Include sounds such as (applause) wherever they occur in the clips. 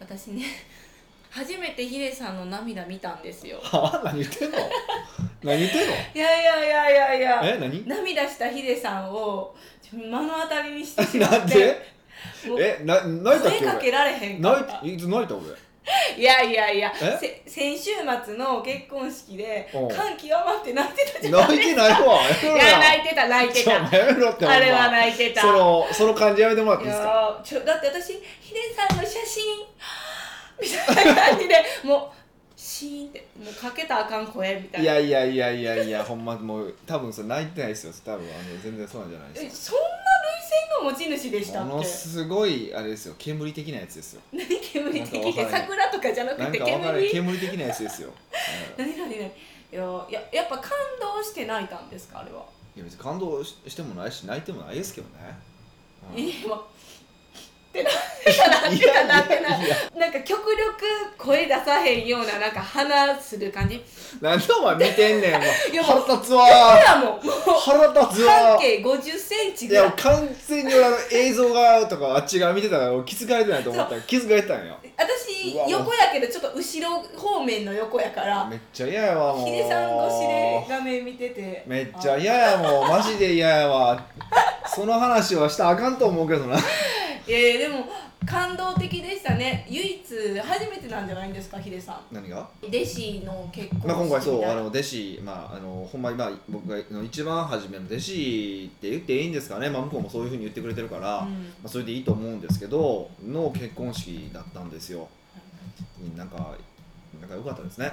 私ね (laughs) 初めてヒデさんの涙見たんですよは (laughs) あ何言ってんの何言ってんのいやいやいやいやいやえ何涙したヒデさんをちょ目の当たりにしてしまって (laughs) なんでもうえな泣いたっ声けかけ俺られへんかった泣いいつ泣いた俺いやいやいやえせ先週末の結婚式でうん感極まって泣いてたじゃん泣いてない (laughs) わやめいろや泣やいてた泣いてちょたやめろってほんまあれは泣いてたそのその感じやめてもらっていいいですかやーちょだって私ヒデさんの写真みたいな感じでもうシーンってもうかけたらあかん声みたいいなやいやいやいやいや (laughs) ほんまもう多分それ泣いてないですよ多分あの全然そうなんじゃないえですそんな涙腺の持ち主でしたよっものけすごいあれですよ煙的なやつですよ何煙的なんかてわからん桜とかじゃななくんてかわからない煙煙的なやつですよ、うん何何何いやーややっぱ感動して泣いたんですかあれは、いや別に感動ししてもないし泣いてもないですけどね、うんえいーまってなってたなってたなってやいやたなんか極力声出さへんようななんか鼻する感じいなんでお前見てんねんお (laughs) いや前もう腹立つわ (laughs) やもうもう腹立つわ半径5 0ンチいぐらいや完全に俺あの映像がとかあっち側見てたから俺気づかれてないと思ったら気づかれてたんよ私うわ横やけどちょっと後ろ方面の横やからめっちゃ嫌やわもうヒデさん越しで画面見ててめっちゃ嫌やもうマジで嫌やわその話はしたらあかんと思うけどないやいやでも感動的でしたね唯一初めてなんじゃないんですかヒデさん何が、弟子の結婚式みたいなまあ、今回そうあの弟子まああのほんまにまあ僕がの一番初めの弟子って言っていいんですかね、まあ、向こうもそういうふうに言ってくれてるから、うまんあ、それでいいと思うんですけどの結婚式だったんですよなんかなんか良かったですね、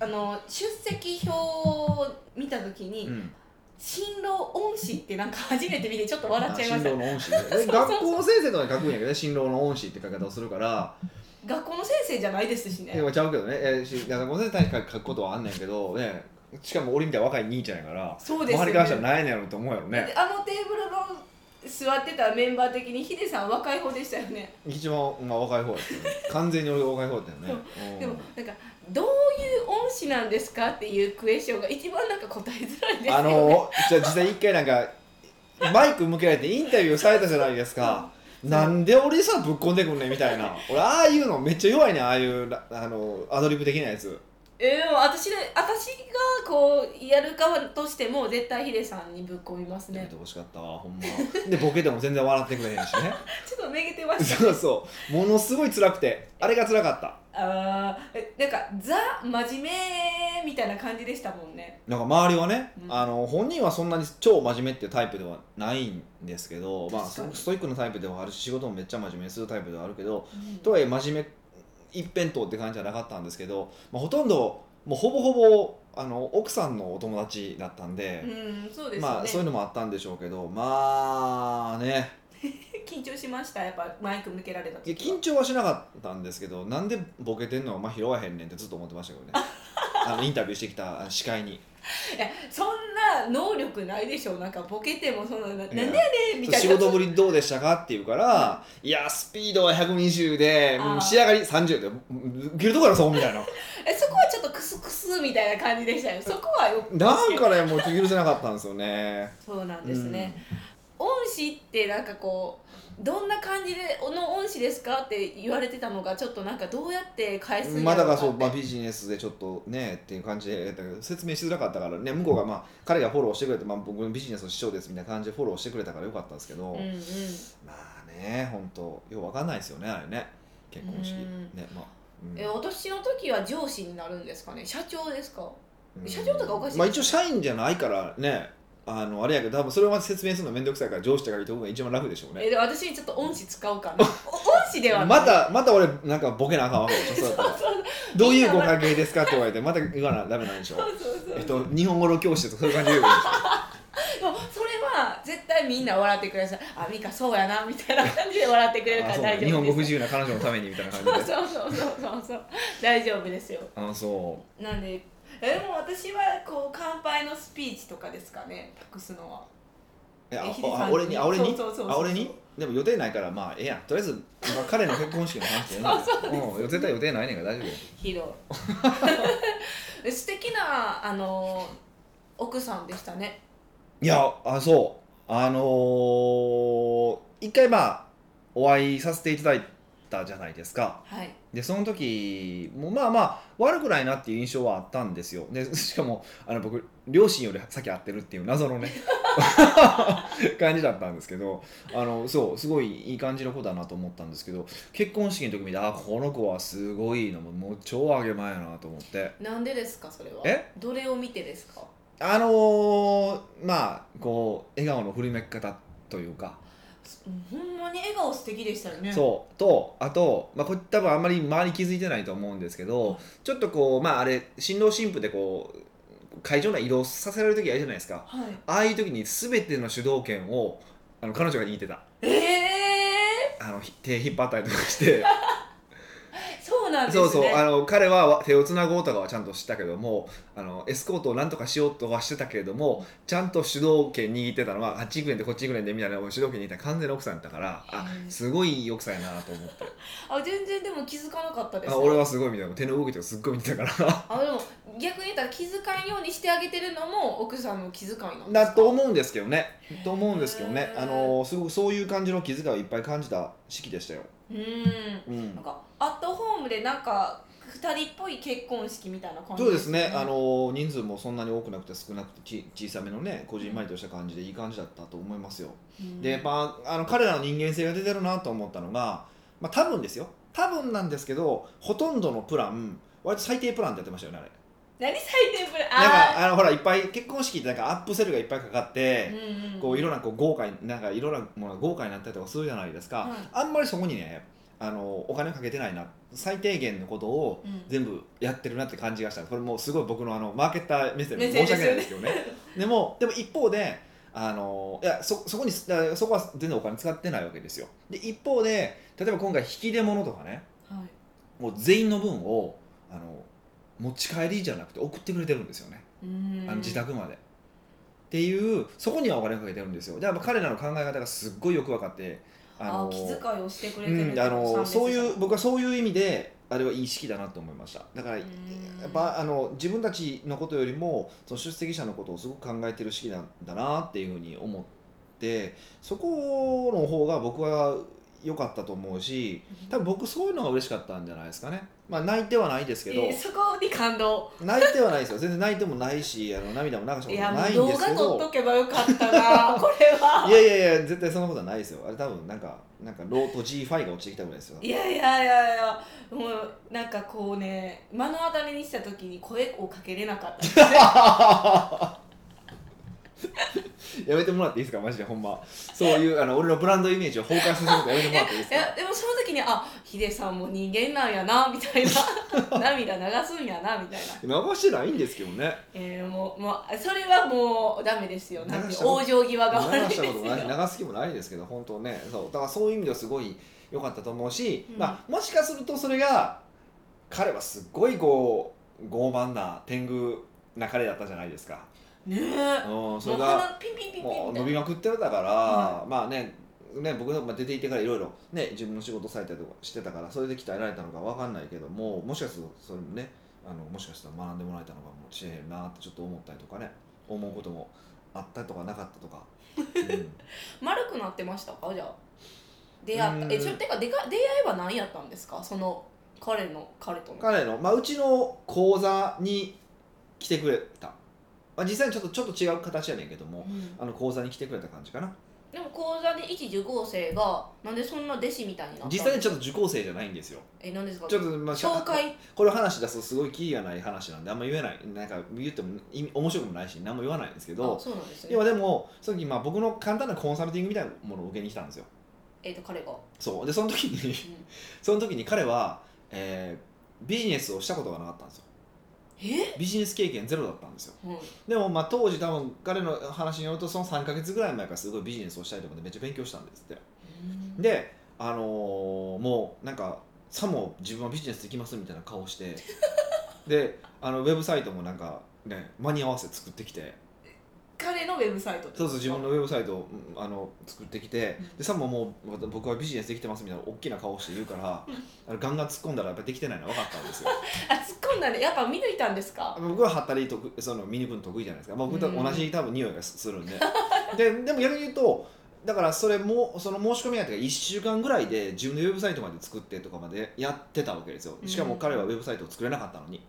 あの出席表を見た時に、うん新郎恩師ってなんか初めて見てちょっと笑っちゃいまあし新た郎の (laughs) 恩師ねそうそうそう学校の先生とかに書くんやけどね新郎の恩師って書き方をするから、学校の先生じゃないですしねでもちゃうけどね、えーし学校の先生に書くことはあんねんけど、ね、しかも俺みたいな若い兄ちゃんやから、そうですよ周ねりからしたらなんやろって思うやろねであのテーブルの座ってたメンバー的にヒデさん若い方でしたよね一番、まあ、若い方やったよね完全に俺が若い方やったよねでもうんなんかどういう恩師なんですかっていうクエスチョンが一番なんか答えづらいですよね。あ (laughs) のじゃあ実際一回なんかマイク向けられてインタビューされたじゃないですかんなんで俺さぶっこんでくんねんみたいな俺ああいうのめっちゃ弱いねんああいうらあのアドリブ的なやつえーでも私で私がこうやる側としても絶対ヒデさんにぶっ込みますやめねて。ほしかったわほんまでボケても全然笑ってくれへんしね (laughs) ちょっとめげてました。そうそうものすごい辛くてあれが辛かったあーえなんかザ真面目みたいな感じでしたもんね。なんか周りはね、うんあの本人はそんなに超真面目っていうタイプではないんですけど、まあ、確かにストイックなタイプではあるし仕事もめっちゃ真面目にするタイプではあるけどとはいえ真面目一辺倒って感じじゃなかったんですけど、まあ、ほとんどもうほぼほぼあの奥さんのお友達だったんでう、ん、そうですよね。まあそういうのもあったんでしょうけどまあね緊張しましたやっぱマイク向けられたいや時は緊張はしなかったんですけどなんでボケてんのお前拾わへんねんってずっと思ってましたけどね (laughs) あのインタビューしてきた司会にいやそんな能力ないでしょうなんかボケてもそんなななんでやねんみたいな仕事ぶりどうでしたかって言うから「いやスピードは120であーうん仕上がり30でうん切るとこやろそう」みた (laughs) いなえそこはちょっとクスクスみたいな感じでしたよそこはよなんかねもう許せなかったんですよねそうなんですね、恩師ってなんかこうどんな感じで「の恩師ですか?」って言われてたのがちょっとなんかどうやって返すんうんやまあろだうかなってらそう、まあ、ビジネスでちょっとねっていう感じで説明しづらかったからね向こうがまあ彼がフォローしてくれて、まあ、僕のビジネスの師匠ですみたいな感じでフォローしてくれたからよかったんですけど、うんうん、まあね、本当ようわかんないですよね、あれね、結婚式。うんね、まあ。うんえ私の時は上司になるんですかね社長ですかうん社長とかおかしいまあ一応社員じゃないからね、あのあれやけど、多分それをまず説明するの面倒くさいから上司とか言った方が一番楽でしょうえね。でも私ちょっと恩師使おうかなお恩師ではないまた、また俺、なんかボケなあかんわけでしょ、そうやった (laughs) らそうどういうご関係ですかって言われて、また言わなダメなんでしょ。そうそうそうえっと、日本語の教師とかそういう感じで言うでもそれは絶対みんな笑ってくれさあミカそうやなみたいな感じで笑ってくれるでしょかあらそ大丈夫ですう日本語不自由な彼女のためにみたいな感じで。 (laughs) そうそうそうそうそう大丈夫ですよ (laughs) あそなんでえでも私はこう乾杯のスピーチとかですかね託すのはう。えあえヒデさんあ俺にあ俺にそうそうそうそうあ俺にでも予定ないからまあええやんとりあえず、まあ、彼の結婚式の話でな (laughs) そううん絶対予定ないねんから大丈夫や披露 (laughs) 素敵なあの奥さんでしたねいやあそうあのー一回まあお会いさせていただいったじゃないですかはいでその時もまあまあ悪くないなっていう印象はあったんですよで (laughs) しかもあの僕両親より先会ってるっていう謎のね (laughs) 感じだったんですけどあのそうすごいいい感じの子だなと思ったんですけど結婚式の時見てあこの子はすごいのももう超上げ前やなと思ってなんでですかそれはえどれを見てですかあのーまあこう笑顔の振りめき方というかほんまに笑顔素敵でしたよねそうとあと、まあ、これ多分あんまり周り気づいてないと思うんですけどちょっとこうまああれ新郎新婦でこう会場内移動させられる時あるじゃないですかはいああいう時に全ての主導権をあの彼女が握ってたええあのひ手引っ張ったりとか (laughs) して、ー、そうなんですねそうそうあの彼はわ手をつなごうとかはちゃんとしたけどもあのエスコートをなんとかしようとはしてたけれどもちゃんと主導権握ってたのはあっち行くねんでこっち行くねんでみたいな主導権握った完全な奥さんだったからあへーすごいいい奥さんやなと思って。あ全然でも気づかなかったですあ俺はすごい見てた手の動きとかすっごい見てたから (laughs) あでも逆に言ったら気遣いようにしてあげてるのも奥さんの気遣いなんですだかと思うんですけどねと思うんですけどねへーあのすごくそういう感じの気遣いをいっぱい感じた式でしたよ、うーんうなんん、かアットホームでなんか二人っぽい結婚式みたいな感じそうですね、よあの人数もそんなに多くなくて少なくてち小さめのねこじんまりとした感じでいい感じだったと思いますよ、うんで、まあ、あの彼らの人間性が出てるなと思ったのが、まあ、多分ですよ多分なんですけどほとんどのプラン割と最低プランってやってましたよねあれ何最低プランなんあかあのほらいっぱい結婚式ってなんかアップセルがいっぱいかかって、ーんんこういろんなこう豪華になんかいろんなものが豪華になったりとかするじゃないですか、はいあんまりそこにねあのお金をかけてないな最低限のことをうん全部やってるなって感じがしたこれもうすごい僕のあのマーケッター目線で目申線しで訳すないよねですけ (laughs) どねでもでも一方であのいやそそこにだからそこは全然お金使ってないわけですよで一方で例えば今回引き出物とかねはいもう全員の分をあの持ち帰りじゃなくて送ってくれてるんですよねうーんあの自宅まで。っていうそこにはお金をかけてるんですよ。でやっぱ彼らの考え方がすっごいよく分かってあの気遣いをしてくれてるうん、あのそういうう僕はそういう意味であれはいい式だなと思いましただからうやんっぱあの自分たちのことよりもその出席者のことをすごく考えてる式なんだなっていうふうに思ってそこの方が僕は良かったと思うし多分僕そういうのが嬉しかったんじゃないですかねまあ泣いてはないですけど、えーそこに感動泣いてはないですよ全然泣いてもないしあの涙も流したこいとやももなういん動です画け撮っどとけばよかったな (laughs) これはいやいやいや絶対そんなことはないですよあれ多分なんかなんかローと G ファイが落ちてきたぐらいですよいやいやいやいやもうなんかこうね目の当たりにした時に声をかけれなかった (laughs) やめてもらっていいですかマジでほんまそういうあの俺のブランドイメージを崩壊させることやめてもらっていいですいかやでもその時にあヒデさんも人間なんやなみたいな (laughs) 涙流すんやなみたいな、流してないんですけどねえー、もうもうそれはもうダメですよなん流てしたこと往生際流が悪いでしすたよこともない流す気もないですけど本当ねそうだからそういう意味ではすごい良かったと思うし、うんまあ、もしかするとそれが彼はすっごいこう傲慢な天狗な彼だったじゃないですか、ねえうん、もそれうが鼻ピンピンピンピンみもうたい伸なびまくってるだから、はまあねね僕が出ていてからいろいろね自分の仕事されたりとかしてたからそれで鍛えられたのかわかんないけどももしかするとそれもねあのもしかしたら学んでもらえたのかもしれへんなってちょっと思ったりとかね思うこともあったりとかなかった (laughs) とか、うん丸くなってましたかじゃあ出会っうたんえちょてか出か出会いは何やったんですかその彼の彼との彼の、まあ、うちの講座に来てくれた、まあ、実際にちょっとちょっと違う形やねんけどもうんあの講座に来てくれた感じかなでも講座で一受講生がなんでそんな弟子みたいになったの実際にちょっと受講生じゃないんですよえ何ですかちょっと、まあ、紹介これ話出すとすごいキリがない話なんであんま言えないなんか言っても意味面白くもないし何も言わないんですけあどそうなんですね要はでもその時まあ僕の簡単なコンサルティングみたいなものを受けに来たんですよえっ、と彼が、そうでその時にその時に彼は、えービジネスをしたことがなかったんですよえ、ビジネス経験ゼロだったんですようん、でもまあ当時多分彼の話によるとその3か月ぐらい前からすごいビジネスをしたいと思ってめっちゃ勉強したんですってであのーもうなんかさも自分はビジネスできますみたいな顔してであのウェブサイトもなんかね間に合わせ作ってきて彼のウェブサイトってそことうそう自分のウェブサイトをうんあの作ってきてうんでさももう僕はビジネスできてますみたいな大きな顔して言うからあのガンガン突っ込んだらやっぱできてないのは分かったんですよあ突っ込んだねやっぱ見抜いたんですか僕はハったり得その見抜くの得意じゃないですか、まあ、僕と同じ多分匂いがすするんでででも逆に言うとだからそれもその申し込みが1週間ぐらいで自分のウェブサイトまで作ってとかまでやってたわけですよしかも彼はウェブサイトを作れなかったのに、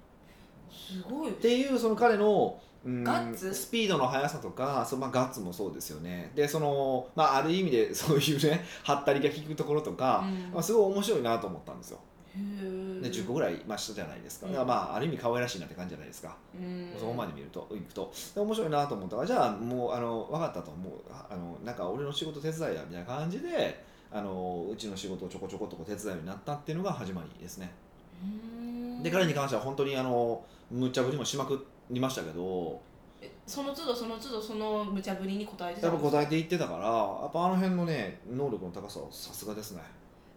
すごいっていうその彼の、うんガッツスピードの速さとかその、まあ、ガッツもそうですよねでその、まあ、ある意味で (laughs) そういうねはったりが効くところとか、うんまあ、すごい面白いなと思ったんですよへで10個ぐらい、まあ、したじゃないですか,、うんだからまあ、ある意味可愛らしいなって感じじゃないですか、うんそこまで見ると行くとで面白いなと思ったからじゃあもうあの分かったと思うああのなんか俺の仕事手伝いだみたいな感じであのうちの仕事をちょこちょことこう手伝うようになったっていうのが始まりですねうんで彼に関しては本当にあのむちゃぶりもしまくりましたけどえその都度その都度その無茶ぶりに応えてやっぱ答ええていってたからやっぱあの辺のね能力の高さはさすがですね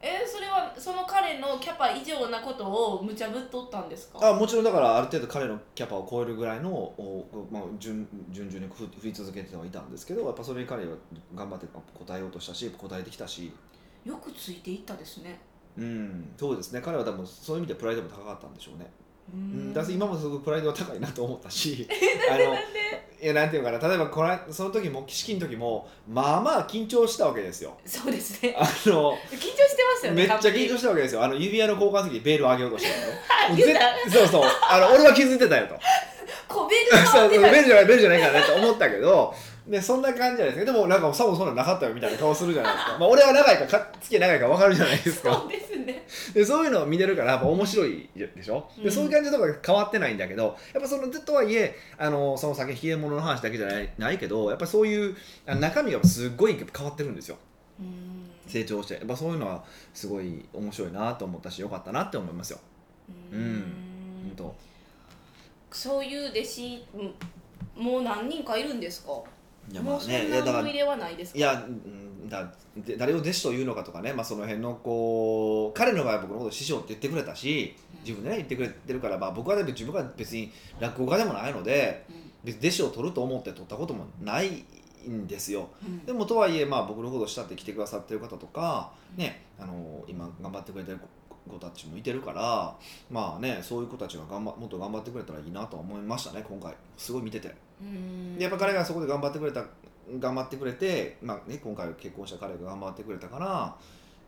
えそれはその彼のキャパ以上なことを無茶ぶっとったんですかあもちろんだからある程度彼のキャパを超えるぐらいの、おまあ、順順々にふ振り続けてはいたんですけどやっぱそれに彼は頑張って答えようとしたし答えてきたしよくついていったですねうんそうですね彼は多分そういう意味でプライドも高かったんでしょうね、ううん、だって今もすごくプライドは高いなと思っ (laughs) たしあなのんでいやなんていうのかな例えばこれその時も式の時もまあまあ緊張したわけですよそうですねあの緊張してましたよねめっちゃ完璧緊張したわけですよあの指輪の交換の時にベールを上げようとしてるのもう言絶うたそうそうあの俺は気づいて (laughs) たよとこべるそ顔うっそてうたベルじゃないベルじゃないからねと思ったけどでそんな感じじゃないですかでもなんかさもそんなんなかったよみたいな顔するじゃないですか、まあ、俺は長いかか付き合い長いか分かるじゃないですかそうですねでそういうのを見れるからやっぱ面白いでしょうでんそういう感じのところが変わってないんだけどやっぱそのとはいえあのその先冷え物の話だけじゃないないけどやっぱそういうあの中身がすっごい変わってるんですようん成長してやっぱそういうのはすごい面白いなと思ったしよかったなって思いますよううんん本当そういう弟子うんもう何人かいるんですかいやもまうあそんねいやなだ思からいい入れはないですかやうんだで誰を弟子というのかとかね、まあ、その辺のこう彼の場合は僕のことを師匠って言ってくれたし自分でね言ってくれてるから、まあ、僕はでも自分が別に落語家でもないのでうん別に弟子を取ると思って取ったこともないんですようんでもとはいえ、まあ、僕のことを慕って来てくださってる方とか、ね、あの今頑張ってくれてる子たちもいてるからまあねそういう子たちが頑張もっと頑張ってくれたらいいなとは思いましたね今回すごい見てて。うんでやっぱ彼がそこで頑張ってくれた頑張ってくれて、まあね、今回結婚した彼が頑張ってくれたから、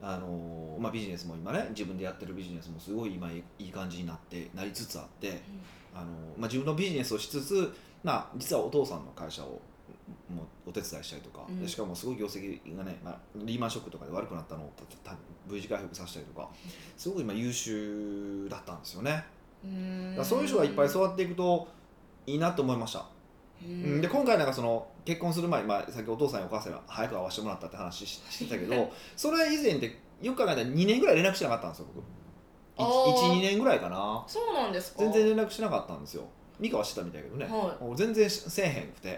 あのーまあ、ビジネスも今ね自分でやってるビジネスもすごい今いい感じになってなりつつあって、あのーまあ、自分のビジネスをしつつ、まあ、実はお父さんの会社をもうお手伝いしたりとか、うんでしかもすごい業績がね、まあ、リーマンショックとかで悪くなったのをたた V 字回復させたりとかすごい今優秀だったんですよね、うんだからそういう人がいっぱい育っていくといいなと思いました。ううん、んで今回なんかその結婚する前に、まあ、さっきお父さんやお母さんに早く会わせてもらったって話ししてたけ (laughs) どそれ以前ってよく考えたら2年ぐらい連絡しなかったんですよ僕あー12年ぐらいかなそうなんですか全然連絡しなかったんですよ美香はしてたみたいだけどね、はもう全然しせえへんくてい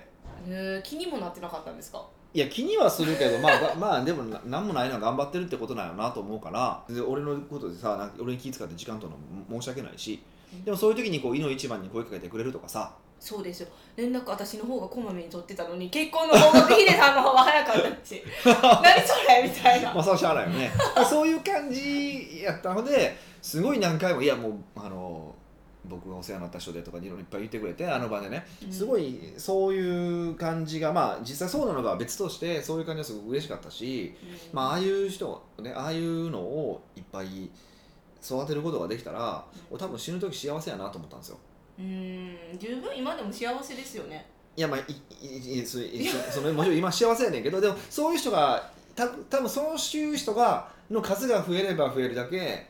へー気にもなってなかったんですかいや気にはするけどまあ (laughs) がまあでもな何もないのは頑張ってるってことなんやなと思うからで俺のことでさなんか俺に気遣って時間とるのも申し訳ないしでもそういう時にこう井の一番に声かけてくれるとかさ (laughs) そうですよ連絡私の方がこまめに取ってたのに結婚の報告ヒデさんの方が早かった (laughs) し何それみたいなまあそうしゃあないよね (laughs) まあそういう感じやったのですごい何回も「いやもうあの僕がお世話になった人で」とかいろいろいっぱい言ってくれてあの場でねすごいいそういう感じがまあ実際そうなのかは別としてそういう感じはすごく嬉しかったし、まあああいう人ねああいうのをいっぱい育てることができたら俺多分死ぬ時幸せやなと思ったんですよ。うん十分今でも幸せですよねいやまあいいいそいそそのもちろん今幸せやねんけどでもそういう人がた多分そういう人がの数が増えれば増えるだけ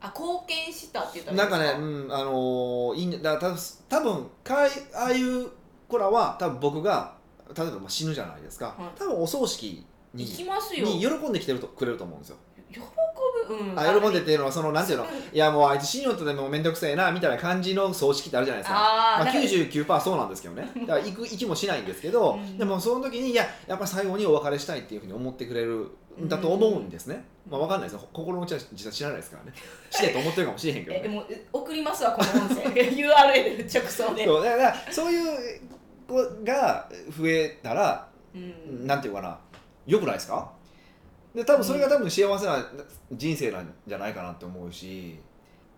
あ貢献したって言ったなんかいいねで、すうん、あのーいいんだから多分多分かいああいう子らは多分僕が例えばまあ死ぬじゃないですか、はい多分お葬式に行きますよに喜んできてるとくれると思うんですよ。喜ぶうん (laughs) あ喜んでっていうのはそのなんてい (laughs) うのいやもうあいつ死によってでも面倒くせえなみたいな感じの葬式ってあるじゃないですか。あーまあ、なんか99%そうなんですけどねだから行く行きもしないんですけど、うんでもその時にいややっぱり最後にお別れしたいっていうふうに思ってくれるんだと思うんですね、うんまあ分かんないですよ心の内は実は知らないですからねしてと思ってるかもしれへんけどえでねもえ送りますわこの音声 (laughs) URL 直送でそうだからそういう子が増えたらうんなんていうかなよくないですかで多分それが多分幸せな人生なんじゃないかなって思うし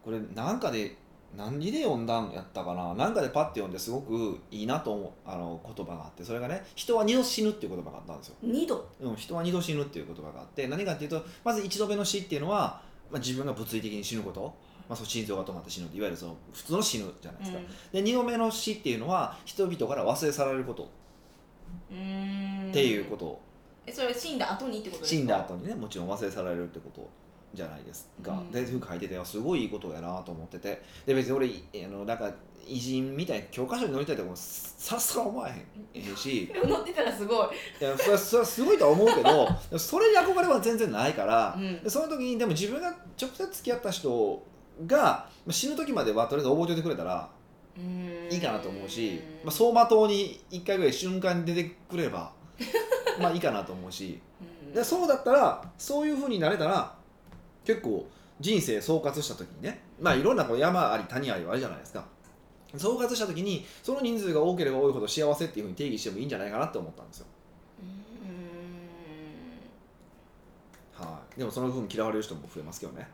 これなんかで何で読んだんやったかななんかでパッて読んですごくいいなと思うあの言葉があってそれがね人は二度死ぬっていう言葉があったんですよ、二度うん、人は二度死ぬっていう言葉があって何かっていうとまず一度目の死っていうのは、まあ、自分が物理的に死ぬこと、まあ、そう心臓が止まって死ぬっていわゆるその普通の死ぬじゃないですか、で二度目の死っていうのは人々から忘れ去られることうんっていうことと、えそれは死んだ後にってことですか死んだ後にねもちろん忘れ去られるってことじゃないですか、うんでいう書いててあすごいいいことやなと思っててで別に俺あのなんか偉人みたいな教科書に載りたいとかもさらさら思わへんへ (laughs) んし乗ってたらすごい、いやそれはそれはすごいとは思うけどそれに憧れは全然ないからう、んでその時にでも自分が直接付き合った人がまあ死ぬ時まではとりあえず覚えておいてくれたらいいかなと思うし、まあ、う走馬灯に1回ぐらい瞬間に出てく (laughs) ればまあいいかなと思うし。んでそうだったらそういうふうになれたら結構人生総括した時にねまあいろんなこう山あり谷ありはあるじゃないですか総括した時にその人数が多ければ多いほど幸せっていうふうに定義してもいいんじゃないかなって思ったんですよ、うんはい、でもその分嫌われる人も増えますけどね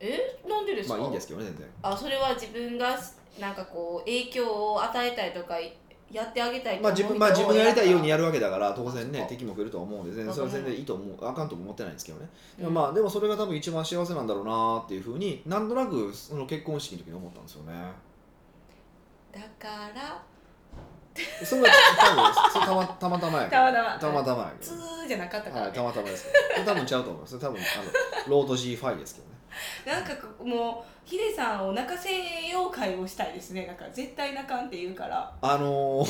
えなんでですまか、あいいんですけどね全然あそれは自分がなんかこう影響を与えたいとかやってあげたいとまあ思う自人を分まあ、自分がやりたいようにややるわけだから当然あそねっか敵も増えるとは思うんで全然それは全然いいと思うあかんとも思ってないんですけどねでもうんまあでもそれが多分一番幸せなんだろうなっていうふうになんとなくその結婚式の時に思ったんですよねだからそれは多分それたまたまたまやけどたまたまたまたまやけツどーじゃなかったから、はねい、たまたまですそれ多分ちゃうと思いますそれ多分あのロード G5 ですけどねなんかこうもうヒデさんを泣かせよう会をしたいですねなんか絶対泣かんって言うからあのー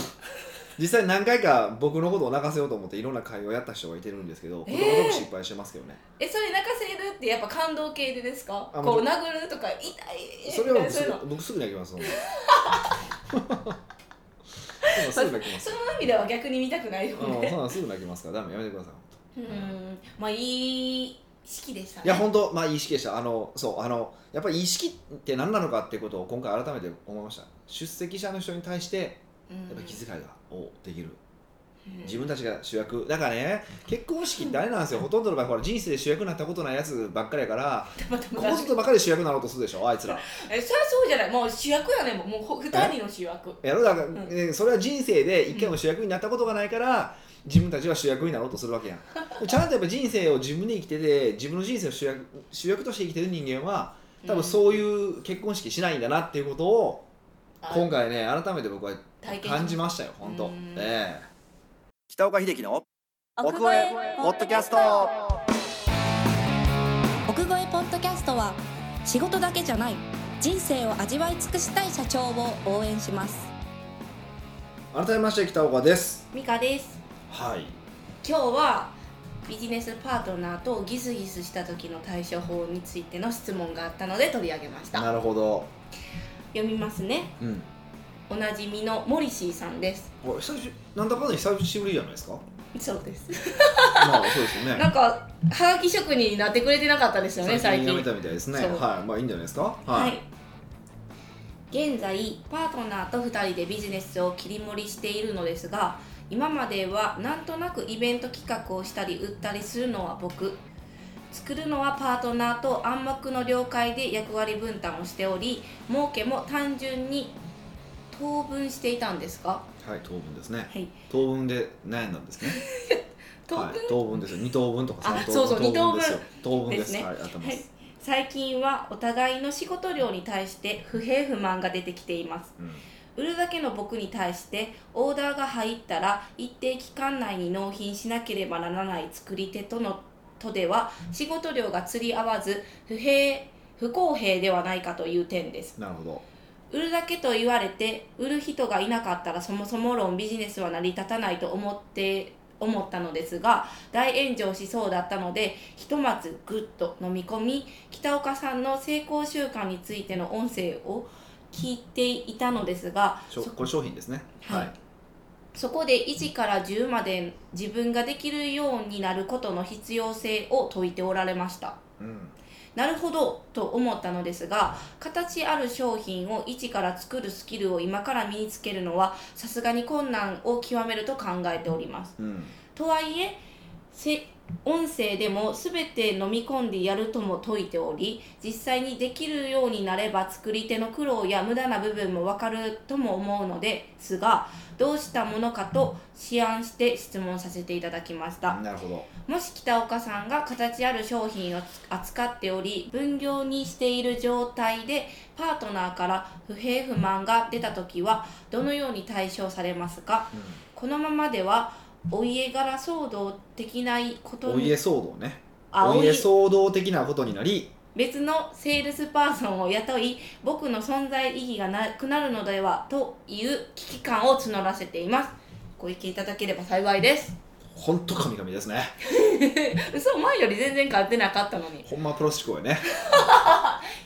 実際何回か僕のことを泣かせようと思っていろんな会話やった人がいてるんですけどえことーごとく失敗してますけどね、えそれ泣かせるってやっぱ感動系でですかあこうも殴るとか痛いそれはみたいなそういう僕すぐの僕すぐ泣 (laughs) きますそんなそんなんすぐ泣きますその涙は逆に見たくないようん、そんねなんすぐ泣きますからダメやめてくださいうんまあいい式でしたねいや本当まあいい意識でしたあのそうあのやっぱり意識って何なのかってことを今回改めて思いました出席者の人に対してうんやっぱり気遣いがをできるうん自分たちが主役だからね結婚式ってあれなんですよほとんどの場合ほら人生で主役になったことないやつばっかりやからたまたこまこずっとばっかりで主役になろうとするでしょあいつらえそれはそうじゃないもう主役やねもうもうほ二人の主役やろだから、んねそれは人生で一回も主役になったことがないから、自分たちは主役になろうとするわ (laughs) けやんちゃんとやっぱ人生を自分で生きてて自分の人生を主役主役として生きてる人間は多分そういう結婚式しないんだなっていうことを、今回ね改めて僕は体験しました感じましたよ本う当んええ北岡秀樹の奥越えポッドキャスト奥越えポッドキャストは仕事だけじゃない人生を味わい尽くしたい社長を応援します改めまして北岡です美香ですはい今日はビジネスパートナーとギスギスした時の対処法についての質問があったので取り上げましたなるほど読みますねうんおなじみのモリシーさんですこれ久しぶりなんだかんだ久しぶりじゃないですかそうです (laughs) まあそうですよなねんかはがき職人になってくれてなかったですよね最近やめたみたいですねそうはいまあいいんじゃないですかは、はい現在パートナーと2人でビジネスを切り盛りしているのですが今まではなんとなくイベント企画をしたり売ったりするのは僕作るのはパートナーと暗黙の了解で役割分担をしており儲けも単純に当分していたんですが、はい当分ですねはい、当分で悩んだんですね当分、はい、当分ですよ二等分とかあ三等分そうそう二等分ですよ当分でですすねはいやってます、はい最近はお互いの仕事量に対して不平不満が出てきていますうん売るだけの僕に対してオーダーが入ったら一定期間内に納品しなければならない作り手とのとでは仕事量が釣り合わず不平不公平ではないかという点ですなるほど売るだけと言われて売る人がいなかったらそもそも論ビジネスは成り立たないと思って思ったのですが大炎上しそうだったのでひとまずぐっと飲み込み北岡さんの成功習慣についての音声を聞いていたのですがしょこれ商品ですねはいそこで1から10まで自分ができるようになることの必要性を説いておられました。うんなるほどと思ったのですが形ある商品を一から作るスキルを今から身につけるのはさすがに困難を極めると考えております。うんとはいえせ音声でも全て飲み込んでやるとも説いており実際にできるようになれば作り手の苦労や無駄な部分もわかるとも思うのですがどうしたものかと思案して質問させていただきましたなるほどもし北岡さんが形ある商品を扱っており分業にしている状態でパートナーから不平不満が出た時はどのように対処されますかこのままではお家柄騒動的なことお家に騒動ねあおお家家騒動的なことになり別のセールスパーソンを雇い僕の存在意義がなくなるのではという危機感を募らせていますご意見いただければ幸いです (laughs) 本当神々ですね嘘前より全然買ってなかったのにほんまプロ思考やね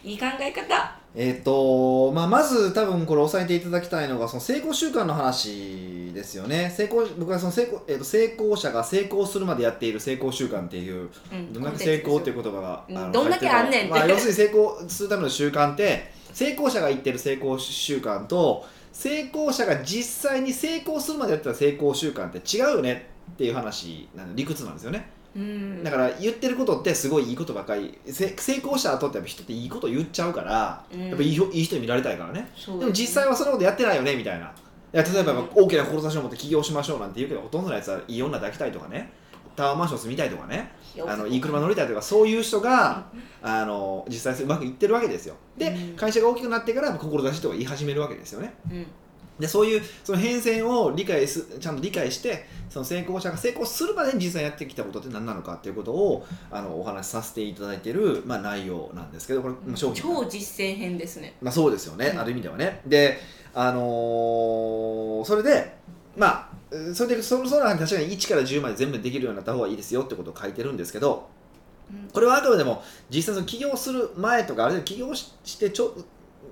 いい考え方えっ、と、まあ、まず多分これ押さえていただきたいのがその成功習慣の話ですよね成功僕はその成功,、えー、と成功者が成功するまでやっている成功習慣っていううんどんだけ成功っていコンテンツですよう言葉が、うんのどんだけあんねんってまあ、要するに成功するための習慣って成功者が言ってる成功習慣と成功者が実際に成功するまでやってた成功習慣って違うよねっていう話なの理屈なんですよねうんだから言ってることってすごいいいことばっかりせ成功した後ってやっぱ人っていいこと言っちゃうから、うんやっぱいいひょいい人に見られたいからねそうでも実際ははそんなことやってないよねみたいないや例えばうん大きな志を持って起業しましょうなんて言うけどほとんどのやつはいい女抱きたいとかねタワーマンション住みたいとかねあのいい車乗りたいとかそういう人があの実際うまくいってるわけですよで、うん会社が大きくなってから志とか言い始めるわけですよねうんでそういうその変遷を理解すちゃんと理解してその成功者が成功するまでに実際やってきたことって何なのかっていうことをあのお話しさせていただいている、まあ、内容なんですけどこれ、まあ、商品超実践編ですねまあ、そうですよね、うんある意味ではね。で、あのーそれで、まあ、えーそれでそのその中に確かに1から10まで全部できるようになった方がいいですよってことを書いてるんですけど、うんこれはあくまでも実際その起業する前とかある程度起業ししてちょ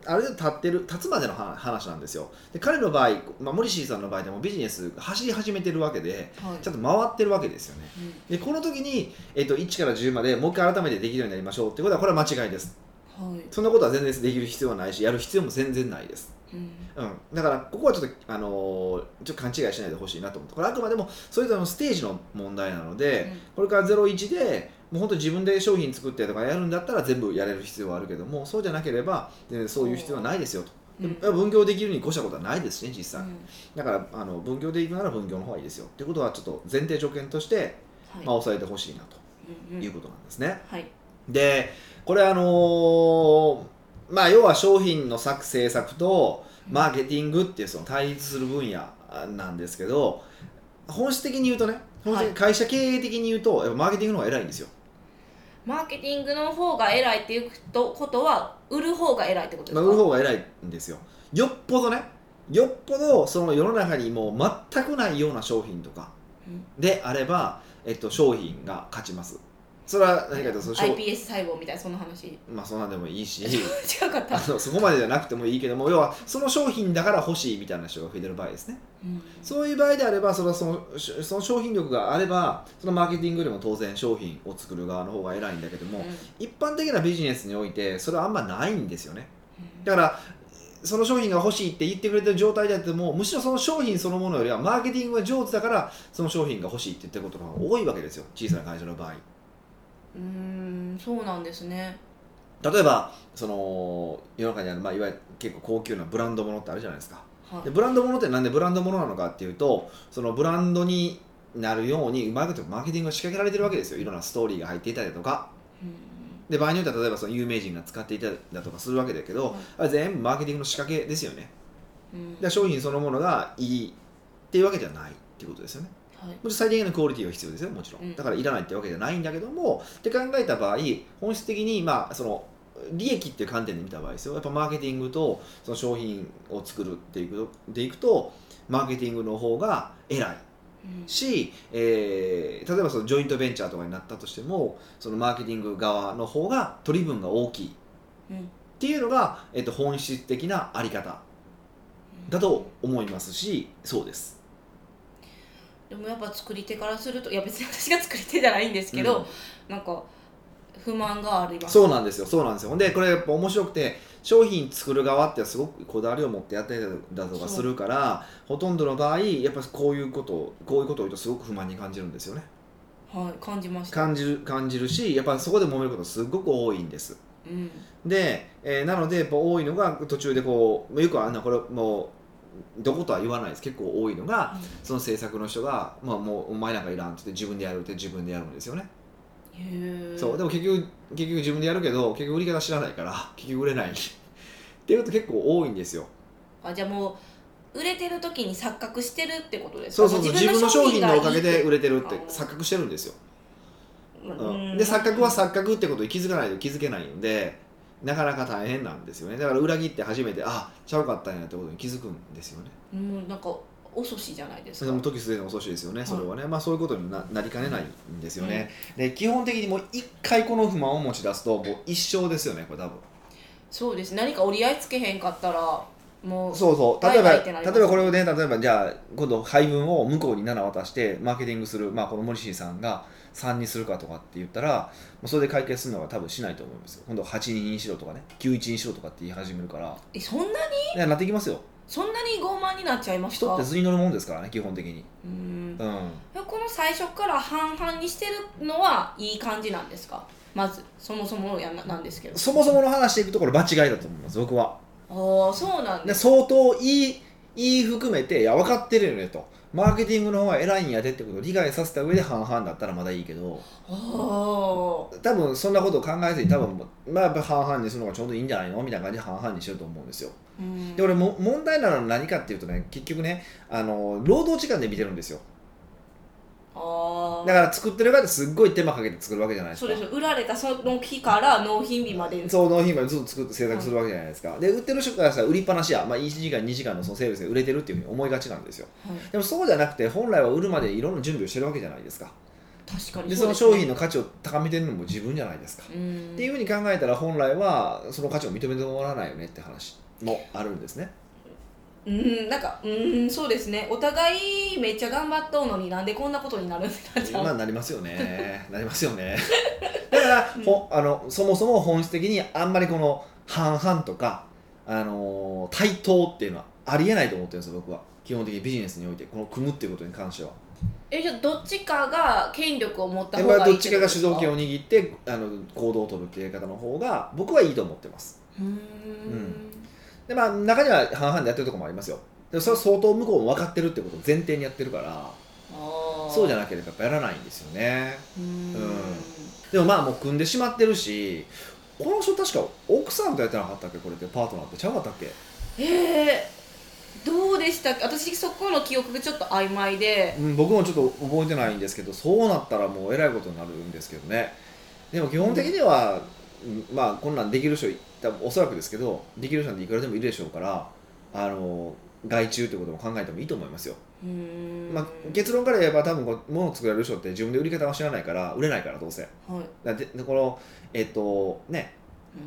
ある程度立ってる立つまでの話話なんですよで彼の場合、まあ、モリシーさんの場合でもビジネス走り始めてるわけではいちゃんと回ってるわけですよねでこの時に、えっと1から10までもう一回改めてできるようになりましょうってことはこれは間違いですうんはいそんなことは全然できる必要はないしやる必要も全然ないです、うんうん、だからここはちょっと,、あのーちょっと勘違いしないでほしいなと思ってこれあくまでもそれぞれのステージの問題なので、これから01でもう本当自分で商品作ってとかやるんだったら全部やれる必要はあるけどもそうじゃなければ全然そういう必要はないですよと。うでん分業できるに越したことはないですしね実際、うんだからあの分業できるなら分業の方がいいですよっていうことはちょっと前提条件として、はいまあ、押さえてほしいなうんうとんいうことなんですね、はいでこれあのーまあ要は商品の作制作とマーケティングっていうその対立する分野なんですけど本質的に言うとね本質的に会社経営的に言うとやっぱマーケティングの方が偉いんですよ、マーケティングの方が偉いっていうことは売る方が偉いってことでますかあ、売る方が偉いんですよよっぽどねよっぽどその世の中にもう全くないような商品とかであれば、えっと、商品が勝ちますそれは何かというとその商、 iPS 細胞みたいなその話違まあそんなんでもいいし (laughs) うかったあのそこまでじゃなくてもいいけども要はその商品だから欲しいみたいな人が増えてる場合ですねうんそういう場合であればそれはそのしその商品力があればそのマーケティングよりも当然商品を作る側の方が偉いんだけども、一般的なビジネスにおいてそれはあんまないんですよねうんだからその商品が欲しいって言ってくれてる状態であってもむしろその商品そのものよりはマーケティングが上手だからその商品が欲しいって言ってることの方が多いわけですよ小さな会社の場合うんそうなんですね例えばその世の中にある、まあ、いわゆる結構高級なブランドものってあるじゃないですかはいでブランドものってなんでブランドものなのかっていうとそのブランドになるようにうまくマーケティングが仕掛けられてるわけですよいろんなストーリーが入っていたりだとかうんで場合によっては例えばその有名人が使っていたりだとかするわけだけどあれ全部マーケティングの仕掛けですよねうんだから商品そのものがいいっていうわけじゃないっていうことですよねはいもちろん最低限のクオリティは必要ですよもちろうんんだからいらないってわけじゃないんだけどもって考えた場合本質的にまあその利益っていう観点で見た場合ですよやっぱマーケティングとその商品を作るっていくでいくとマーケティングの方が偉いうんし、えー例えばそのジョイントベンチャーとかになったとしてもそのマーケティング側の方が取り分が大きいっうんていうのが、えっと、本質的なあり方だと思いますしそうです。でもやっぱ作り手からするといや別に私が作り手じゃないんですけど、うんなんか不満がありますそうなんですよ、そうなんですよ。ほんで、これやっぱ面白くて、商品作る側ってすごくこだわりを持ってやってたりだとかするから、ほとんどの場合、やっぱこういうこと、こういうことを言うとすごく不満に感じるんですよね。ははい、感じました。感じる感じるしやっぱそこで揉めることすごく多いんですうん、で、えーなのでやっぱ多いのが途中でこうよくあんなこれもうどことは言わないです結構多いのがその制作の人が「まあ、もうお前なんかいらん」って言って自分でやるって自分でやるんですよね、へえ。そうでも結局結局自分でやるけど結局売り方知らないから結局売れない (laughs) っていうこと結構多いんですよあ、じゃあもう売れてる時に錯覚してるってことですそか。うそうそもう自分の商品のおかげで売れてるってあー錯覚してるんですよ、ううんんで錯覚は錯覚ってことに気づかないと気づけないのでなかなか大変なんですよねだから裏切って初めてあちゃうかったんやってことに気づくんですよねうん、なんか遅しじゃないですそれか。も時すでに遅いですよね、いそれはね、まあ、そういうことにななりかねないんですよね、で基本的にもう一回この不満を持ち出すと、もう一生ですよね、これ、多分そうです。何か折り合いつけへんかったら、もうそうそう、例えば、バイバイってなり例まえすばこれをね、例えばじゃあ、今度、配分を向こうに7渡して、マーケティングする、まあ、このモリシーさんが3にするかとかって言ったら、もうそれで解決するのは多分しないと思うんですよ、今度、8にしろとかね、91にしろとかって言い始めるから、えそんなにねなってきますよ、そんなに傲慢になっちゃいました。人って図に乗るもんですからね、基本的に。うん。うんえこの最初から半々にしてるのはいい感じなんですか。まずそもそもやななんですけど。そもそもの話でいくところ間違いだと思います僕はああ、そうなんでです。相当いいいい含めていや分かってるよねとマーケティングの方が偉いんやでってことを理解させた上で半々だったらまだいいけどああ。多分そんなことを考えずに多分まあやっぱ半々にするのがちょうどいいんじゃないのみたいな感じで半々にしてると思うんですようんで俺も問題なのは何かっていうとね結局ねあの労働時間で見てるんですよああだから作ってる側ですっごい手間かけて作るわけじゃないですそうかですよ売られたその日から納品日までそう納品までずっと作って制作するわけじゃないですかで売ってる人からしたら売りっぱなしや、まあ、1時間2時間のそのセールスで売れてるっていうふうに思いがちなんですよはいでもそうじゃなくて本来は売るまでいろんな準備をしてるわけじゃないですか確かにでその商品のの価値を高めてるのも自分じゃないですか、うんっていうふうに考えたら本来はその価値を認めてもらわないよねって話もあるんですねうんなんかうんそうですねお互いめっちゃ頑張っとうのになんでこんなことになるんだじゃまあうなりますよねなりますよねだから、ほあのそもそも本質的にあんまりこの半々とか、あのー対等っていうのはありえないと思ってるんですよ僕は基本的にビジネスにおいてこの組むっていうことに関してはえじゃあどっちかが権力を持ったや方っぱがいりいどっちかが主導権をを握ってあの行動を取るっていうやり方の方が僕はいいと思ってますうんでまあ中には半々でやってるとこもありますよでもそれは相当向こうも分かってるってことを前提にやってるからああそうじゃゃなければやっぱやらないんですよねうんうんでもまあもう組んでしまってるしこの人確か奥さんとやってなかったっけこれってパートナーってちゃうかったっけえー、どうでしたっけ私そこの記憶がちょっと曖昧でうん、僕もちょっと覚えてないんですけどそうなったらもうえらいことになるんですけどねでも基本的には、うんまあこんなんできる人い多分おそらくですけどできる人なんていくらでもいるでしょうからあの外注ってことも考えてもいいと思いますよ、うんまあ、結論から言えば多分こう物を作られる人って自分で売り方は知らないから売れないからどうせはいだってでこのえっとね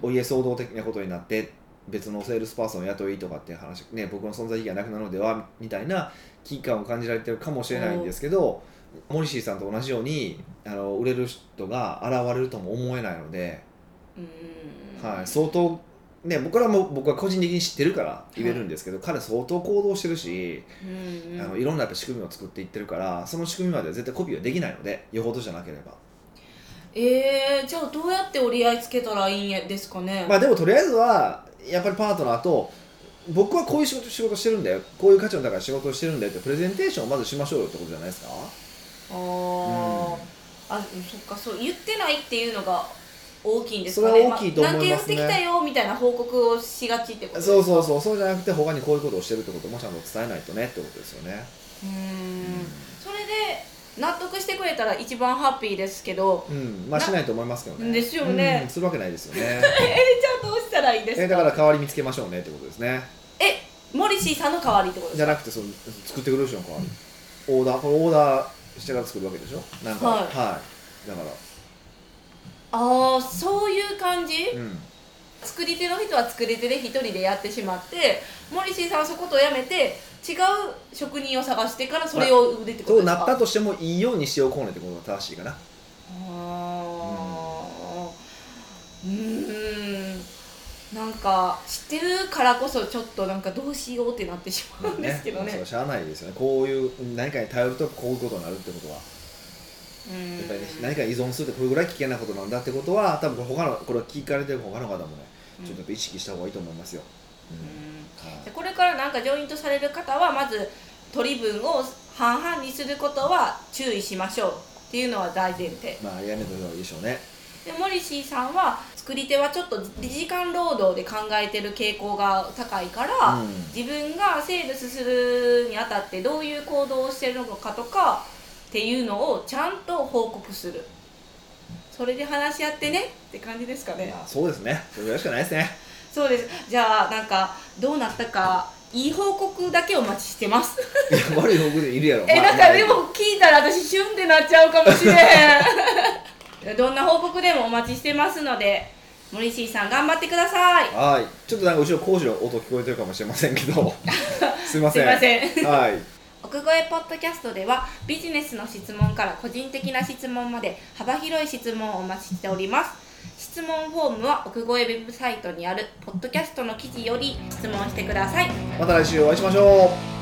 うんお家騒動的なことになって別のセールスパーソンを雇いとかっていう話、ね、僕の存在意義がなくなるのではみたいな危機感を感じられてるかもしれないんですけどモリシーさんと同じようにあの売れる人が現れるとも思えないので、うんはい、相当、ね、僕らも僕は個人的に知ってるから言えるんですけど、彼相当行動してるし、うんうんあのいろんなやっぱ仕組みを作っていってるからその仕組みまでは絶対コピーはできないのでよほどじゃなければ。えー、じゃあどうやって折り合いつけたらいいんやですかね、まあでもとりあえずはやっぱりパートナーと僕はこういう仕事仕事してるんだよこういう価値の高い仕事をしてるんだよってプレゼンテーションをまずしましょうよってことじゃないですかあー、あそっかそう言ってないっていうのが大きいんですかねそれは大きいと思いますねあ何件打ってきたよみたいな報告をしがちってことですかそうそうそうそうじゃなくて他にこういうことをしてるってこともちゃんと伝えないとねってことですよねうーんそれで納得してくれたら一番ハッピーですけ (laughs) どうんまあしないと思いますけどねですよねうんするわけない (laughs) ですよねじゃあどうしたらいいですかえだから代わり見つけましょうねってことですねえモリシーさんの代わりってことでじすゃかなくてその作ってくれる人の代わりオーダーこのオーダーしてから作るわけでしょなんかはいいだからああそういう感じ、うん作り手の人は作り手で一人でやってしまってモリシーさんはそことやめて違う職人を探してからそれを売るってこそとでうすなかったとしてもいいようにしておこうねってことが正しいかなあーうーんなんか知ってるからこそちょっとなんかどうしようってなってしまうんですけどまあそれねはしゃあないですよねこういう何かに頼るとこういうことになるってことはうんやっぱりね、何か依存するってこれぐらい危険なことなんだってことは多分他のこれは聞かれてる他の方もねちょっとやっぱ意識した方がいいと思いますよ、うんうんはいでこれからなんかジョイントされる方はまず取り分を半々にすることは注意しましょうっていうのは大前提まあやめた方がいいでしょうねでモリシーさんは作り手はちょっと時間労働で考えてる傾向が高いから、うん自分がセールスするにあたってどういう行動をしてるのかとかっていうのをちゃんと報告するそれで話し合ってねって感じですかねまあそうですねそれぐらいしかないですね (laughs) そうですじゃあなんかどうなったかいい報告だけお待ちしてますいや悪い方向でいるやろえまなあんかでも聞いたら私シュンってなっちゃうかもしれへん (laughs) どんな報告でもお待ちしてますので森椎さん頑張ってくださいはいちょっとなんか後ろ工事の音聞こえてるかもしれませんけ (laughs) どすいますせいんませんはい奥越えポッドキャストではビジネスの質問から個人的な質問まで幅広い質問をお待ちしております質問フォームは奥越えウェブサイトにあるポッドキャストの記事より質問してくださいまた来週お会いしましょう